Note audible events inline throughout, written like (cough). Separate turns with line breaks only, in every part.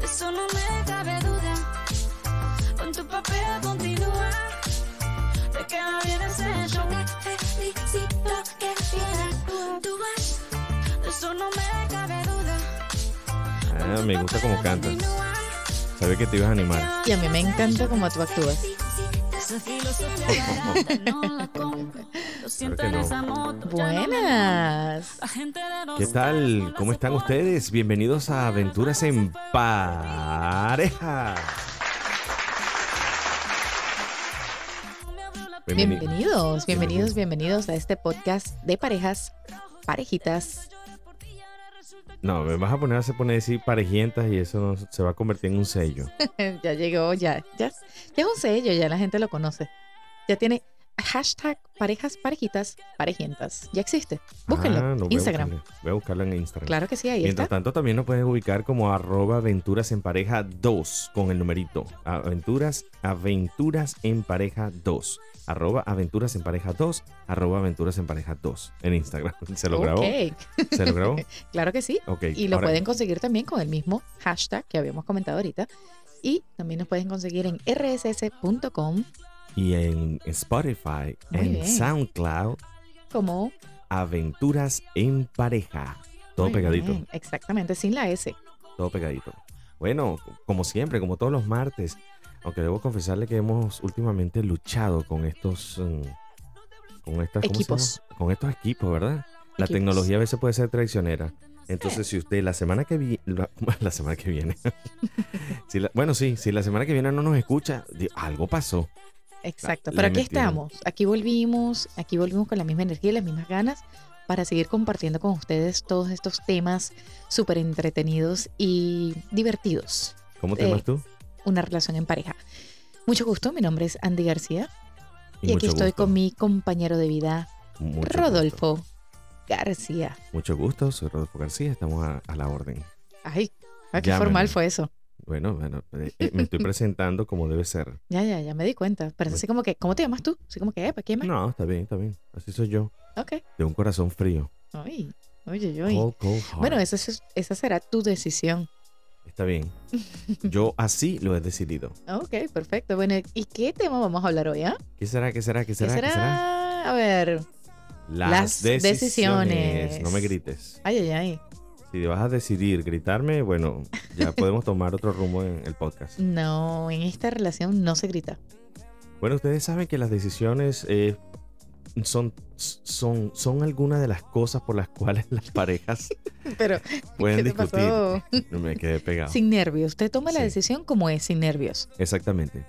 De eso no me cabe duda. Con tu papel continúa. Te queda bien ese show. Te felicito que bien actúas. De eso no me cabe duda.
Ah, me gusta cómo cantas. Sabía que te ibas a animar.
Y a mí me encanta cómo tú actúas.
Esa filosofía barata no la compro. Lo siento
que
en
no.
esa moto, ya no me
Buenas.
La gente de los
¿Qué tal? ¿Cómo están ustedes? Bienvenidos a Aventuras en Pareja. Bienveni-
Bienvenidos, bienvenidos, bienvenidos a este podcast de parejas, parejitas. (laughs)
No, me vas a poner a se poner a decir parejientas y eso no- se va a convertir en un sello.
ya llegó, ya, ya, ya es un sello, ya la gente lo conoce. Ya tiene hashtag parejas, parejitas, parejientas. Ya existe. Búsquenlo.
Ah, no, voy a
Instagram.
buscarle. Voy a buscarlo en Instagram.
Claro que sí, ahí
Mientras
está.
tanto, también nos puedes ubicar como arroba aventuras en pareja 2 con el numerito. Aventuras, aventuras en pareja 2. Arroba aventuras en pareja 2, arroba aventuras en pareja 2 en Instagram. (laughs) ¿Se lo grabó?
Ok, (laughs)
¿Se lo grabó?
claro que sí.
Ok.
Y lo
ahora,
pueden conseguir también con el mismo hashtag que habíamos comentado ahorita. Y también nos pueden conseguir en rss.com
Y en Spotify,
Muy
en
bien.
SoundCloud,
como...
aventuras en pareja. Todo
Muy
pegadito,
bien, Exactamente, sin la S.
todo pegadito. Bueno, como siempre, como todos los martes, aunque debo confesarle que hemos últimamente luchado con estos... mm, Con estas, ¿cómo se
Equipos.
llama? Con estos equipos, ¿verdad? La
Equipos.
tecnología a veces puede ser traicionera.
(laughs)
Entonces, si usted la semana que viene, la, (laughs) la semana que viene, (laughs) si la- bueno, sí, si la semana que viene no nos escucha, di- algo pasó.
Exacto,
le
pero aquí
metieron.
estamos, aquí volvimos, aquí volvimos con la misma energía y las mismas ganas para seguir compartiendo con ustedes todos estos temas súper entretenidos y divertidos.
¿Cómo te
Eh,
llamas tú?
Una relación en pareja. Mucho gusto, mi nombre es Andy García y, aquí
mucho
estoy
gusto.
con mi compañero de vida,
Mucho gusto.
Rodolfo García.
Mucho gusto, soy Rodolfo García, estamos a, a la orden.
Ay, ay, qué
Llámeme.
formal fue eso.
Bueno, bueno, eh, eh, me
(laughs)
estoy presentando como debe ser.
Ya, ya, ya me di cuenta. Parece así como que, ¿cómo te llamas tú? Así como que, ¿para qué más?
Pues No, está bien, está bien. Así soy yo,
Ok.
de un corazón frío.
Ay, oye, oye.
Cold, cold heart.
Bueno, esa, es- esa será tu decisión.
Está
(laughs)
bien. Yo así lo he decidido.
Ok, perfecto. Bueno, ¿y qué tema vamos a hablar hoy? ah?
¿Qué será? ¿Qué será? ¿Qué
¿Qué
será?
será?
¿Qué será?
A ver. Las decisiones.
No me grites.
Ay, ay, ay.
Si vas a decidir gritarme, bueno,
(laughs)
ya podemos tomar otro rumbo en el podcast.
No, en esta relación no se
(laughs)
grita.
Bueno, ustedes saben que las decisiones eh, son, son, son algunas de las cosas por las cuales las
(laughs)
parejas
Pero,
pueden
¿qué te
discutir.
pasó?
Me quedé pegado.
Sin nervios. Usted toma la
Sí.
decisión como es, sin
(laughs)
nervios.
Exactamente.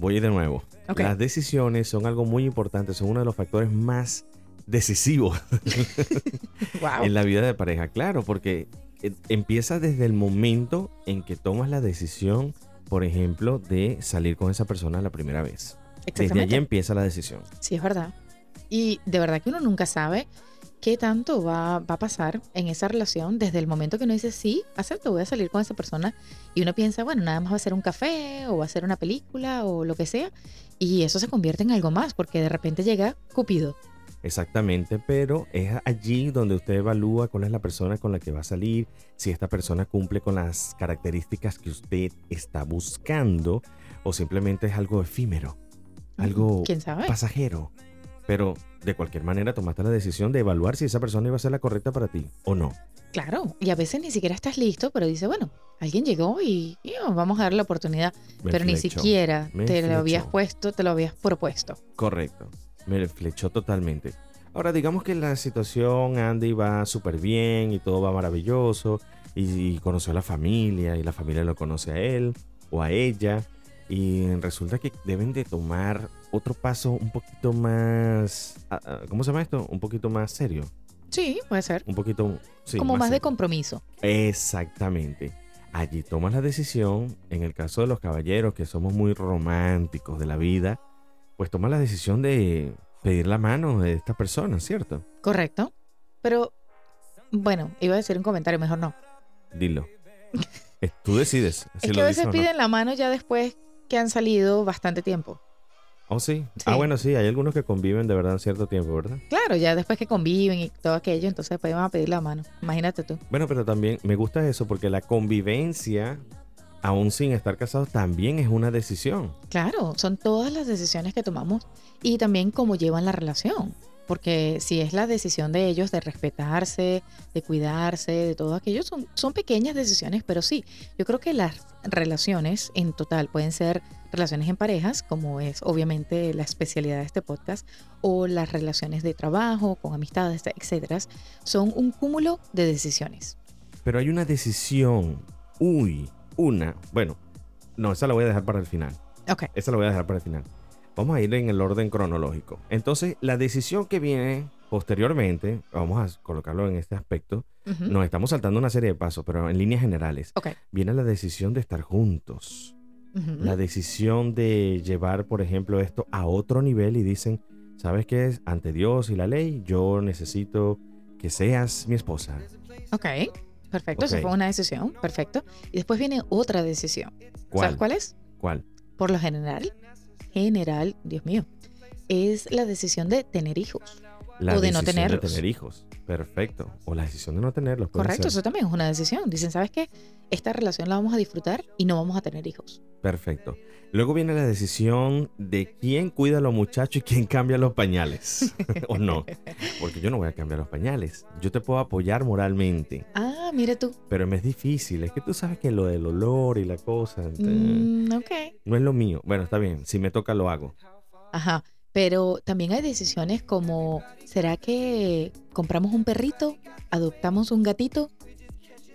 Voy de nuevo.
Ok.
Las decisiones son algo muy importante, son uno de los factores más decisivos
Wow.
en la vida de pareja, claro, porque eh, empieza desde el momento en que tomas la decisión, por ejemplo, de salir con esa persona la primera vez. Desde allí
Exactamente.
empieza la decisión.
Sí, es verdad. Y de verdad que uno nunca sabe qué tanto va, va a pasar en esa relación desde el momento que uno dice, sí, acepto, voy a salir con esa persona. Y uno piensa, bueno, nada más va a ser un café o va a ser una película o lo que sea. Y eso se convierte en algo más porque de repente llega Cupido.
Exactamente, pero es allí donde usted evalúa cuál es la persona con la que va a salir, si esta persona cumple con las características que usted está buscando o simplemente es algo efímero, algo
¿Quién sabe?
pasajero. Pero de cualquier manera tomaste la decisión de evaluar si esa persona iba a ser la correcta para ti o no.
Claro. Y a veces ni siquiera estás listo, pero dice, bueno, alguien llegó y, y oh, vamos a darle la oportunidad.
Me
pero ni
flechó.
siquiera
Me
te lo habías
flechó.
puesto, te lo habías propuesto.
Correcto. Me flechó totalmente. Ahora, digamos que la situación, Andy, va súper bien y todo va maravilloso. Y, y conoció a la familia y la familia lo conoce a él o a ella. Y resulta que deben de tomar otro paso un poquito más... ah, ah, ¿Cómo se llama esto? Un poquito más serio.
Sí, puede ser.
Un poquito... sí,
Como más de
serio.
compromiso.
Exactamente. Allí tomas la decisión, en el caso de los caballeros, que somos muy románticos de la vida, pues toma la decisión de pedir la mano de esta persona, ¿cierto?
Correcto. Pero, bueno, iba a decir un comentario, mejor no.
Dilo. Eh, Tú decides si
es que
lo
a
dices
veces
o no.
piden la mano ya después que han salido bastante tiempo.
Oh, sí.
Sí.
Ah, bueno, sí, hay algunos que conviven de verdad en cierto tiempo, ¿verdad?
Claro, ya después que conviven y todo aquello, entonces después van a pedir la mano. Imagínate tú.
Bueno, pero también me gusta eso porque la convivencia, aún sin estar casados, también es una decisión.
Claro, son todas las decisiones que tomamos y también cómo llevan la relación. Porque si es la decisión de ellos de respetarse, de cuidarse, de todo aquello, son, son pequeñas decisiones, pero sí, yo creo que las relaciones en total pueden ser relaciones en parejas, como es obviamente la especialidad de este podcast, o las relaciones de trabajo, con amistades, etcétera, son un cúmulo de decisiones.
Pero hay una decisión. Uy, una. Bueno, no, esa la voy a dejar para el final.
Ok,
Esa la voy a dejar para el final. Vamos a ir en el orden cronológico. Entonces, la decisión que viene posteriormente, vamos a colocarlo en este aspecto,
ujú,
nos estamos saltando una serie de pasos, pero en líneas generales,
ok,
viene la decisión de estar juntos.
ujú,
La decisión de llevar, por ejemplo, esto a otro nivel y dicen, ¿sabes qué es? Ante Dios y la ley, yo necesito que seas mi esposa.
Ok, perfecto. Eso
Ok.
fue una decisión, perfecto. Y después viene otra decisión.
¿Cuál?
¿Sabes cuál es?
¿Cuál?
Por lo general, general, Dios mío, es la decisión de tener hijos.
La
O de no
decisión
tenerlos.
tener hijos. Perfecto. O la decisión de no tenerlos. puede
Correcto,
ser.
eso también es una decisión. Dicen, ¿sabes qué? Esta relación la vamos a disfrutar y no vamos a tener hijos.
Perfecto. Luego viene la decisión de quién cuida a los muchachos y quién cambia los pañales. (laughs) o no. Porque yo no voy a cambiar los pañales. Yo te puedo apoyar moralmente.
Ah, mira tú.
Pero me es difícil. Es que tú sabes que lo del olor y la cosa. te-
Mm, ok.
No es lo mío. Bueno, está bien. Si me toca, lo hago.
Ajá. Pero también hay decisiones como, ¿será que compramos un perrito? ¿Adoptamos un gatito?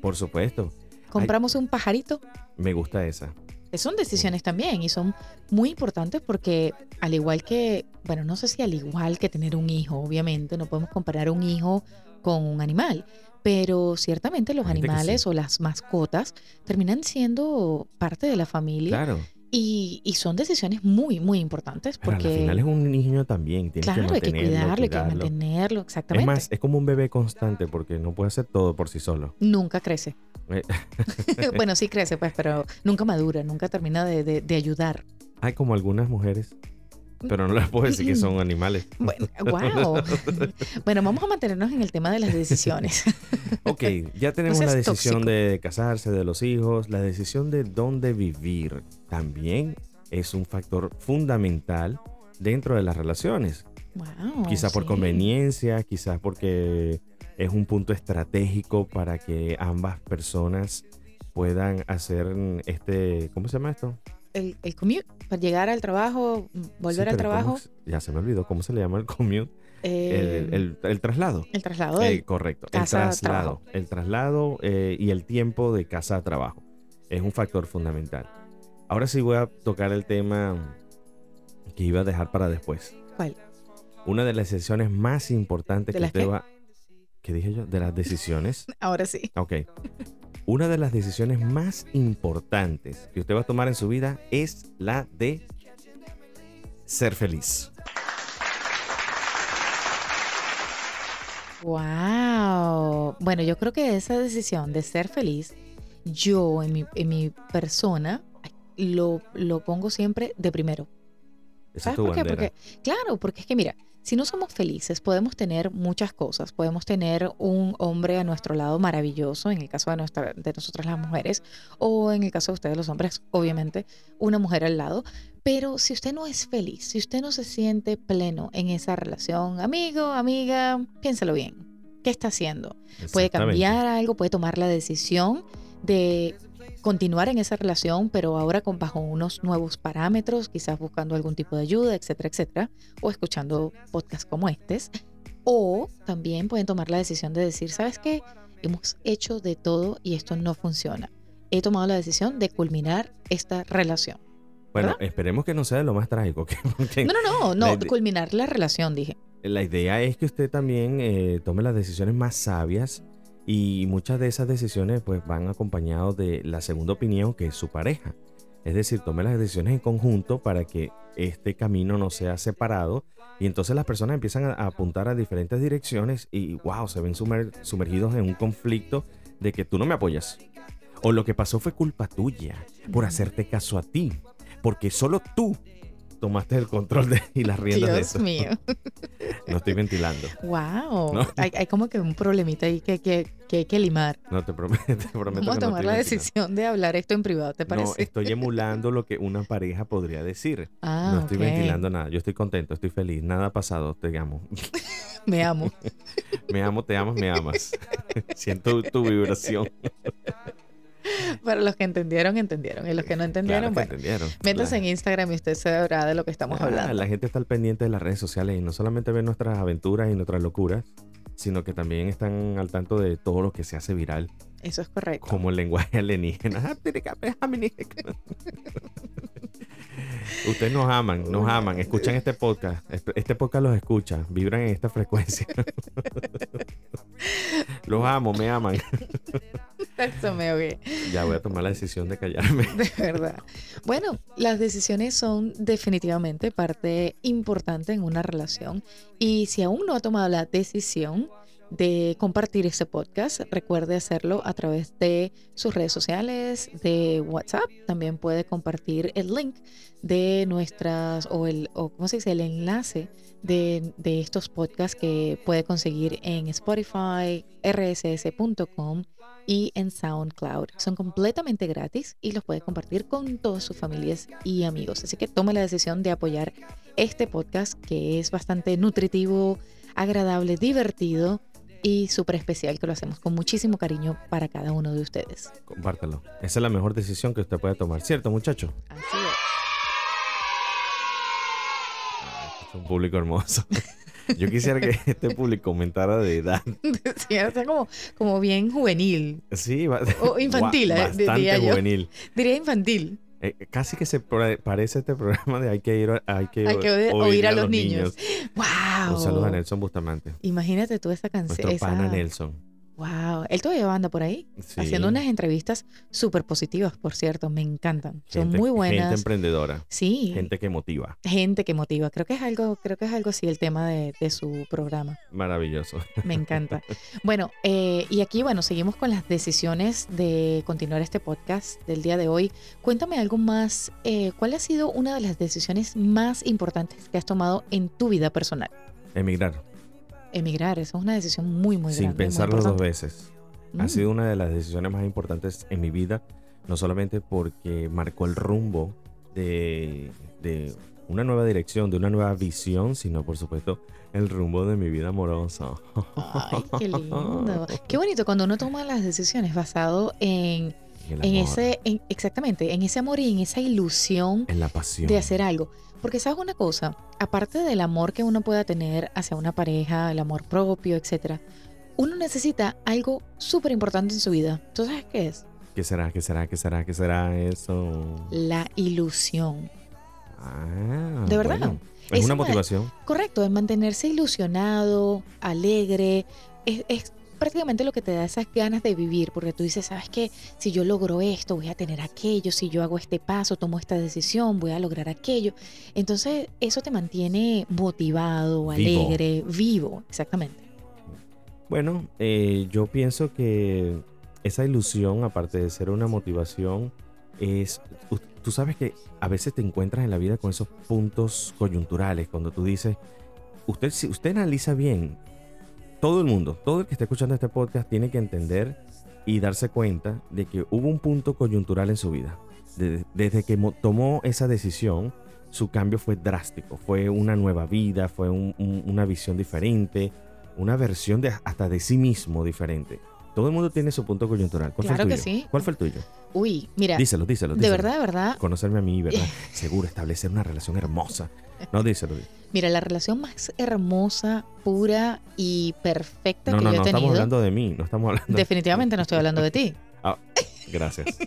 Por supuesto.
¿Compramos un pajarito?
Me gusta esa.
que son decisiones también y son muy importantes porque al igual que, bueno, no sé si al igual que tener un hijo, obviamente, no podemos comparar un hijo con un animal, pero ciertamente los
Hay gente que
animales
sí.
o las mascotas terminan siendo parte de la familia
Claro.
y, y son decisiones muy, muy importantes
Pero
porque,
al final es un niño también. Tienes
claro,
que
hay que
mantenerlo,
cuidarlo, hay que
cuidarlo.
mantenerlo,
Es
exactamente.
más, es como un bebé constante porque no puede hacer todo por sí solo.
Nunca crece.
Eh.
(laughs) bueno, sí crece, pues, pero nunca madura, nunca termina de- de- de ayudar.
Hay como algunas mujeres, pero no les puedo decir que
(laughs)
son animales.
Bueno, wow. bueno, vamos a mantenernos en el tema de las
(laughs)
decisiones.
Ok, ya tenemos
seas
la decisión
tóxico.
de casarse, de los hijos, la decisión de dónde vivir también es un factor fundamental dentro de las relaciones.
Wow.
quizás por
sí.
conveniencia, quizás porque es un punto estratégico para que ambas personas puedan hacer este, ¿cómo se llama esto?
El, el commute, para llegar al trabajo,
Sí,
volver al
pero ¿cómo
trabajo,
se- ya se me olvidó, ¿cómo se le llama el commute?
eh,
El-
el,
el- el traslado.
traslado.
Eh,
del-
correcto.
casa a
el traslado.
trabajo.
El traslado eh, y el tiempo de casa a trabajo. Es un factor fundamental. Ahora sí voy a tocar el tema que iba a dejar para después.
¿Cuál?
Una de las decisiones más importantes
¿De
que
las
usted
qué?
va. ¿Qué dije yo? De las decisiones.
Ahora sí.
Ok. Una de las decisiones más importantes que usted va a tomar en su vida es la de ser feliz.
Wow. Bueno, yo creo que esa decisión de ser feliz, yo en mi, en mi persona lo, lo pongo siempre de primero.
Esa es
¿Sabes
tu
por qué?
bandera.
Porque, claro, porque es que mira, si no somos felices, podemos tener muchas cosas. Podemos tener un hombre a nuestro lado maravilloso, en el caso de, nuestra, de nosotras las mujeres, o en el caso de ustedes los hombres, obviamente, una mujer al lado. Pero si usted no es feliz, si usted no se siente pleno en esa relación, amigo, amiga, piénsalo bien. ¿Qué está haciendo? puede
Exactamente.
cambiar algo, puede tomar la decisión de continuar en esa relación, pero ahora con bajo unos nuevos parámetros, quizás buscando algún tipo de ayuda, etcétera, etcétera, o escuchando podcasts como estos, o también pueden tomar la decisión de decir, ¿sabes qué? Hemos hecho de todo y esto no funciona. He tomado la decisión de culminar esta relación.
Bueno,
¿verdad?
esperemos que no sea de lo más trágico. que- (laughs) porque
No, no, no,
La
no,
ide-
culminar la relación, dije.
La idea es que usted también eh, tome las decisiones más sabias y muchas de esas decisiones pues van acompañadas de la segunda opinión que es su pareja. Es decir, tome las decisiones en conjunto para que este camino no sea separado y entonces las personas empiezan a apuntar a diferentes direcciones y wow, se ven sumer- sumergidos en un conflicto de que tú no me apoyas. O lo que pasó fue culpa tuya por hacerte caso a ti, porque solo tú tomaste el control de- y las riendas de
Dios
eso.
mío.
No estoy ventilando,
Wow.
No.
Hay, hay como que un problemita ahí que, que, que hay que limar.
no te prometo. (laughs) te prometo
Vamos a
que no
tomar
estoy
la
ventilando.
decisión de hablar esto en privado, ¿te parece?
No, estoy emulando lo que una pareja podría decir.
ah,
no estoy
ok.
ventilando nada. Yo estoy contento, estoy feliz. Nada ha pasado, te amo.
(laughs)
(laughs)
Me amo. (laughs)
Me amo, te amas, me amas. (laughs) Siento tu vibración.
Para los que entendieron, entendieron. Y los que no
Claro
entendieron, pues.
que
bueno.
entendieron.
Métase
La-
en Instagram y usted sabrá de lo que estamos
Ah,
hablando.
La gente está al pendiente de las redes sociales y no solamente ve nuestras aventuras y nuestras locuras, sino que también están al tanto de todo lo que se hace viral,
Eso es correcto.
como el lenguaje alienígena. Ah, Ustedes nos aman, nos aman, escuchan este podcast, Esp- este podcast los escucha, vibran en esta frecuencia. Los amo, me aman.
(laughs) Eso me oí,
Ya voy a tomar la decisión de callarme.
(laughs) de verdad. Bueno, las decisiones son definitivamente parte importante en una relación. Y si aún no ha tomado la decisión de compartir este podcast, recuerde hacerlo a través de sus redes sociales, de WhatsApp. También puede compartir el link de nuestras, o el, o cómo se dice, el enlace de, de estos podcasts que puede conseguir en Spotify, rss.com y en SoundCloud. Son completamente gratis y los puede compartir con todas sus familias y amigos. Así que tome la decisión de apoyar este podcast que es bastante nutritivo, agradable, divertido y súper especial que lo hacemos con muchísimo cariño para cada uno de ustedes.
Compártalo. Esa es la mejor decisión que usted puede tomar, ¿cierto, muchacho?
Así es. (laughs)
Es un público hermoso. Yo quisiera que este público aumentara de edad.
Sí, o sea, como, como bien juvenil.
Sí, ba-
O infantil,
gua-
eh,
bastante
diría yo.
juvenil.
Diría infantil.
Eh, casi que se pare- parece a este programa de hay que ir, a- hay que,
Hay que oír- oír a los niños. ¡Wow!
Un saludo a Nelson Bustamante,
Imagínate tú esa
nuestro
canción.
pana Nelson.
Wow. Él todavía anda por ahí
Sí.
haciendo unas entrevistas súper positivas, por cierto. Me encantan. Son
Gente-
muy
Gente
buenas.
emprendedora,
sí. Gente.
gente que motiva.
que motiva. Creo que es algo, creo que es algo así el tema de, de su programa.
Maravilloso. (laughs)
Me encanta. Bueno, eh, y aquí, bueno, seguimos con las decisiones de continuar este podcast del día de hoy. Cuéntame algo más. eh, ¿Cuál ha sido una de las decisiones más importantes que has tomado en tu vida personal?
Emigrar,
Emigrar, eso es una decisión muy, muy
sin
grande. muy
pensarlo dos
importante.
veces.
Mm,
Ha sido una de las decisiones más importantes en mi vida, no solamente porque marcó el rumbo de, de una nueva dirección, de una nueva visión, sino por supuesto el rumbo de mi vida amorosa.
Ay,
(laughs)
qué lindo. Qué bonito cuando uno toma las decisiones basado en,
El
en
amor,
ese, en- exactamente, en ese amor y en esa ilusión
en la pasión.
de hacer algo. Porque sabes una cosa, aparte del amor que uno pueda tener hacia una pareja, el amor propio, etcétera, uno necesita algo súper importante en su vida. ¿Tú sabes qué es?
¿Qué será? ¿Qué será? ¿Qué será? ¿Qué será eso?
La ilusión.
Ah,
¿De verdad?
bueno,
Esa
es una
ma-
motivación.
Correcto, es mantenerse ilusionado, alegre, es, es prácticamente lo que te da esas ganas de vivir, porque tú dices, ¿sabes qué? Si yo logro esto, voy a tener aquello, si yo hago este paso, tomo esta decisión, voy a lograr aquello. Entonces, eso te mantiene motivado,
Vivo.
alegre, vivo, exactamente.
Bueno, eh, yo pienso que esa ilusión, aparte de ser una motivación, es. tú- Tú sabes que a veces te encuentras en la vida con esos puntos coyunturales, cuando tú dices. Usted, si usted analiza bien, todo el mundo, todo el que está escuchando este podcast, tiene que entender y darse cuenta de que hubo un punto coyuntural en su vida. De- desde que mo- tomó esa decisión, su cambio fue drástico. Fue una nueva vida, fue un- un- una visión diferente una versión de hasta de sí mismo diferente. Todo el mundo tiene su punto coyuntural. ¿Cuál
Claro
fue
que
el tuyo?
sí.
¿Cuál fue el tuyo?
Uy, mira,
Díselo, díselo,
de
díselo.
verdad, de verdad,
Conocerme a mí, ¿verdad? (laughs) Seguro, establecer una relación hermosa. No, díselo. díselo.
mira, la relación más hermosa, pura y perfecta
No,
que
no, no
yo he
estamos
tenido.
hablando de mí, no estamos hablando.
Definitivamente no estoy hablando
(laughs)
de ti. (laughs)
Gracias.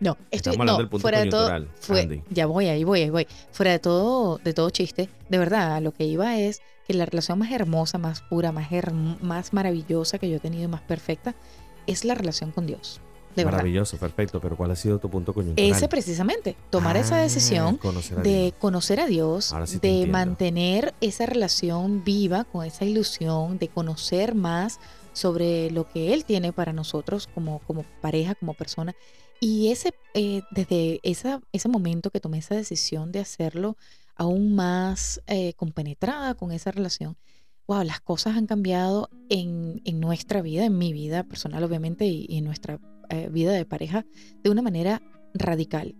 No, estoy
Estamos hablando
no,
del punto
fuera de todo,
coyuntural,
fue-
Andy.
ya voy, ahí voy, ahí voy. Fuera de todo, de todo chiste, de verdad, a lo que iba es que la relación más hermosa, más pura, más herm- más maravillosa que yo he tenido, y más perfecta, es la relación con Dios. de verdad.
Maravilloso, perfecto. Pero ¿cuál ha sido tu punto coyuntural?
Ese precisamente, tomar esa
Ah,
decisión
conocer a
de
Dios.
conocer a Dios,
Ahora sí te
de
entiendo.
mantener esa relación viva con esa ilusión, de conocer más sobre lo que Él tiene para nosotros como, como pareja, como persona. Y ese, eh, desde esa, ese momento que tomé esa decisión de hacerlo aún más eh, compenetrada con esa relación, wow, las cosas han cambiado en, en nuestra vida, en mi vida personal obviamente y, y en nuestra eh, vida de pareja de una manera radical.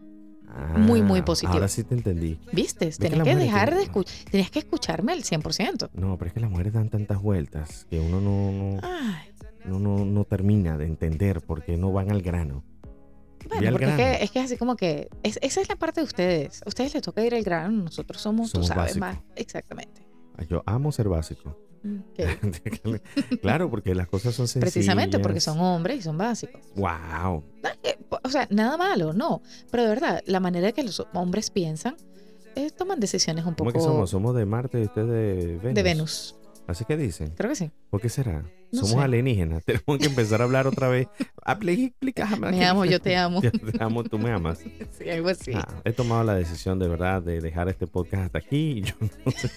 muy, muy
Ah,
positivo.
Ahora sí te entendí.
¿Viste?
que
Tenías
las
que
mujeres
dejar de
tienen-
escuchar. Tenías que escucharme al 100%.
No, pero es que las mujeres dan tantas vueltas que uno no, no,
Ay,
no, no- no termina de entender porque no van al grano. Ve
bueno,
al
porque es
grano.
que, es que es así como que. es- esa es la parte de ustedes. A ustedes les toca ir al grano. Nosotros somos,
Somos
tú sabes,
básicos.
más. Exactamente.
Yo amo ser básico. (laughs)
Ok.
claro, porque las cosas son sencillas.
Precisamente porque son hombres y son básicos.
¡Wow!
No, eh, po- O sea, nada malo, no. Pero de verdad, la manera que los hombres piensan, eh, toman decisiones un
¿Cómo
poco
que somos? Somos de Marte y ustedes de Venus.
de Venus.
Así que dicen.
Creo que sí.
¿Por qué será?
No
somos
sé.
alienígenas. (laughs) Tenemos que empezar a hablar otra vez. Apli- Explícame.
Me
(laughs)
amo, yo te amo.
Yo te amo, tú me amas.
(laughs) Sí, algo así.
Ah, he tomado la decisión de verdad de dejar este podcast hasta aquí. Y yo, (laughs) no sé.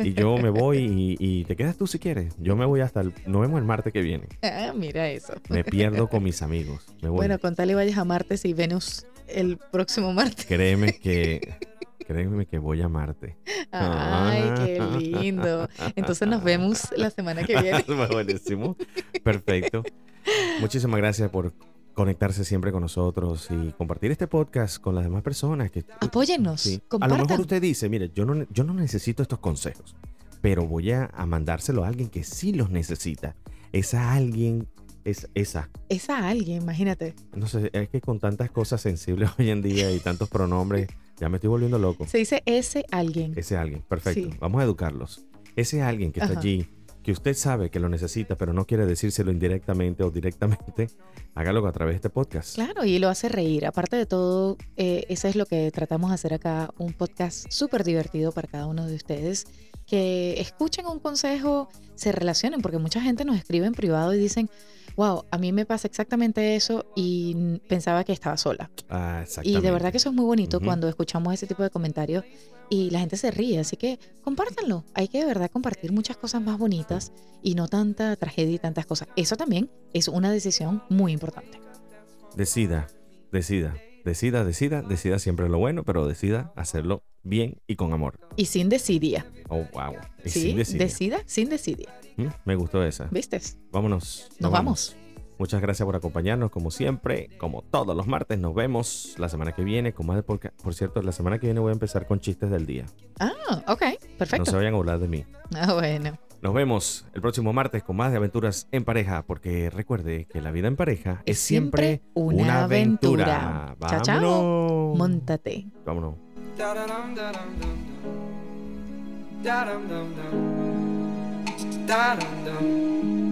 Y yo me voy y, y te quedas tú si quieres. Yo me voy hasta el. Nos vemos el martes que viene.
Ah, mira eso.
Me pierdo con mis amigos. Me voy.
Bueno, con tal y vayas a martes y Venus el próximo martes.
Créeme que. Créeme que voy a amarte.
Ay, qué lindo.
(laughs)
Entonces nos vemos la semana que (laughs) viene.
Buenísimo. Perfecto. Muchísimas gracias por conectarse siempre con nosotros y compartir este podcast con las demás personas. Que,
Apóyennos,
Sí. A lo
compartan.
mejor usted dice, mire, yo no, ne- yo no necesito estos consejos, pero voy a, a mandárselo a alguien que sí los necesita. Esa alguien es esa.
Es a alguien, imagínate.
No sé, es que con tantas cosas sensibles (laughs) hoy en día y tantos pronombres, ya me estoy volviendo loco.
Se dice ese alguien.
Ese alguien, perfecto.
Sí.
Vamos a educarlos. Ese alguien que está
Ajá.
allí, que usted sabe que lo necesita, pero no quiere decírselo indirectamente o directamente, (laughs) hágalo a través de este podcast.
Claro, y lo hace reír. Aparte de todo, eh, eso es lo que tratamos de hacer acá, un podcast súper divertido para cada uno de ustedes. Que escuchen un consejo, se relacionen, porque mucha gente nos escribe en privado y dicen, wow, a mí me pasa exactamente eso y mm, pensaba que estaba sola.
Ah,
Y
exactamente.
de verdad que eso es muy bonito
Ujú.
cuando escuchamos ese tipo de comentarios y la gente se ríe, así que compártanlo. Hay que de verdad compartir muchas cosas más bonitas y no tanta tragedia y tantas cosas. Eso también es una decisión muy importante.
Decida, decida, decida, decida, decida siempre lo bueno, pero decida hacerlo bien y con amor.
Y sin decidia.
Oh, wow. Y
sí,
sin decidir.
decida sin decidia.
Mm, Me gustó esa.
¿Viste?
Vámonos.
Nos vamos.
Muchas gracias por acompañarnos, como siempre, como todos los martes. Nos vemos la semana que viene con más de podcast. Por cierto, la semana que viene voy a empezar con chistes del día.
Ah, ok,
No se
perfecto.
vayan a burlar de mí.
Ah, bueno.
Nos vemos el próximo martes con más de aventuras en pareja, porque recuerde que la vida en pareja es siempre una, aventura.
Chao, chao.
Vámonos.
Móntate.
Vámonos.
Da-dum dum dum dum. Da-dum dum dum. Da-dum dum.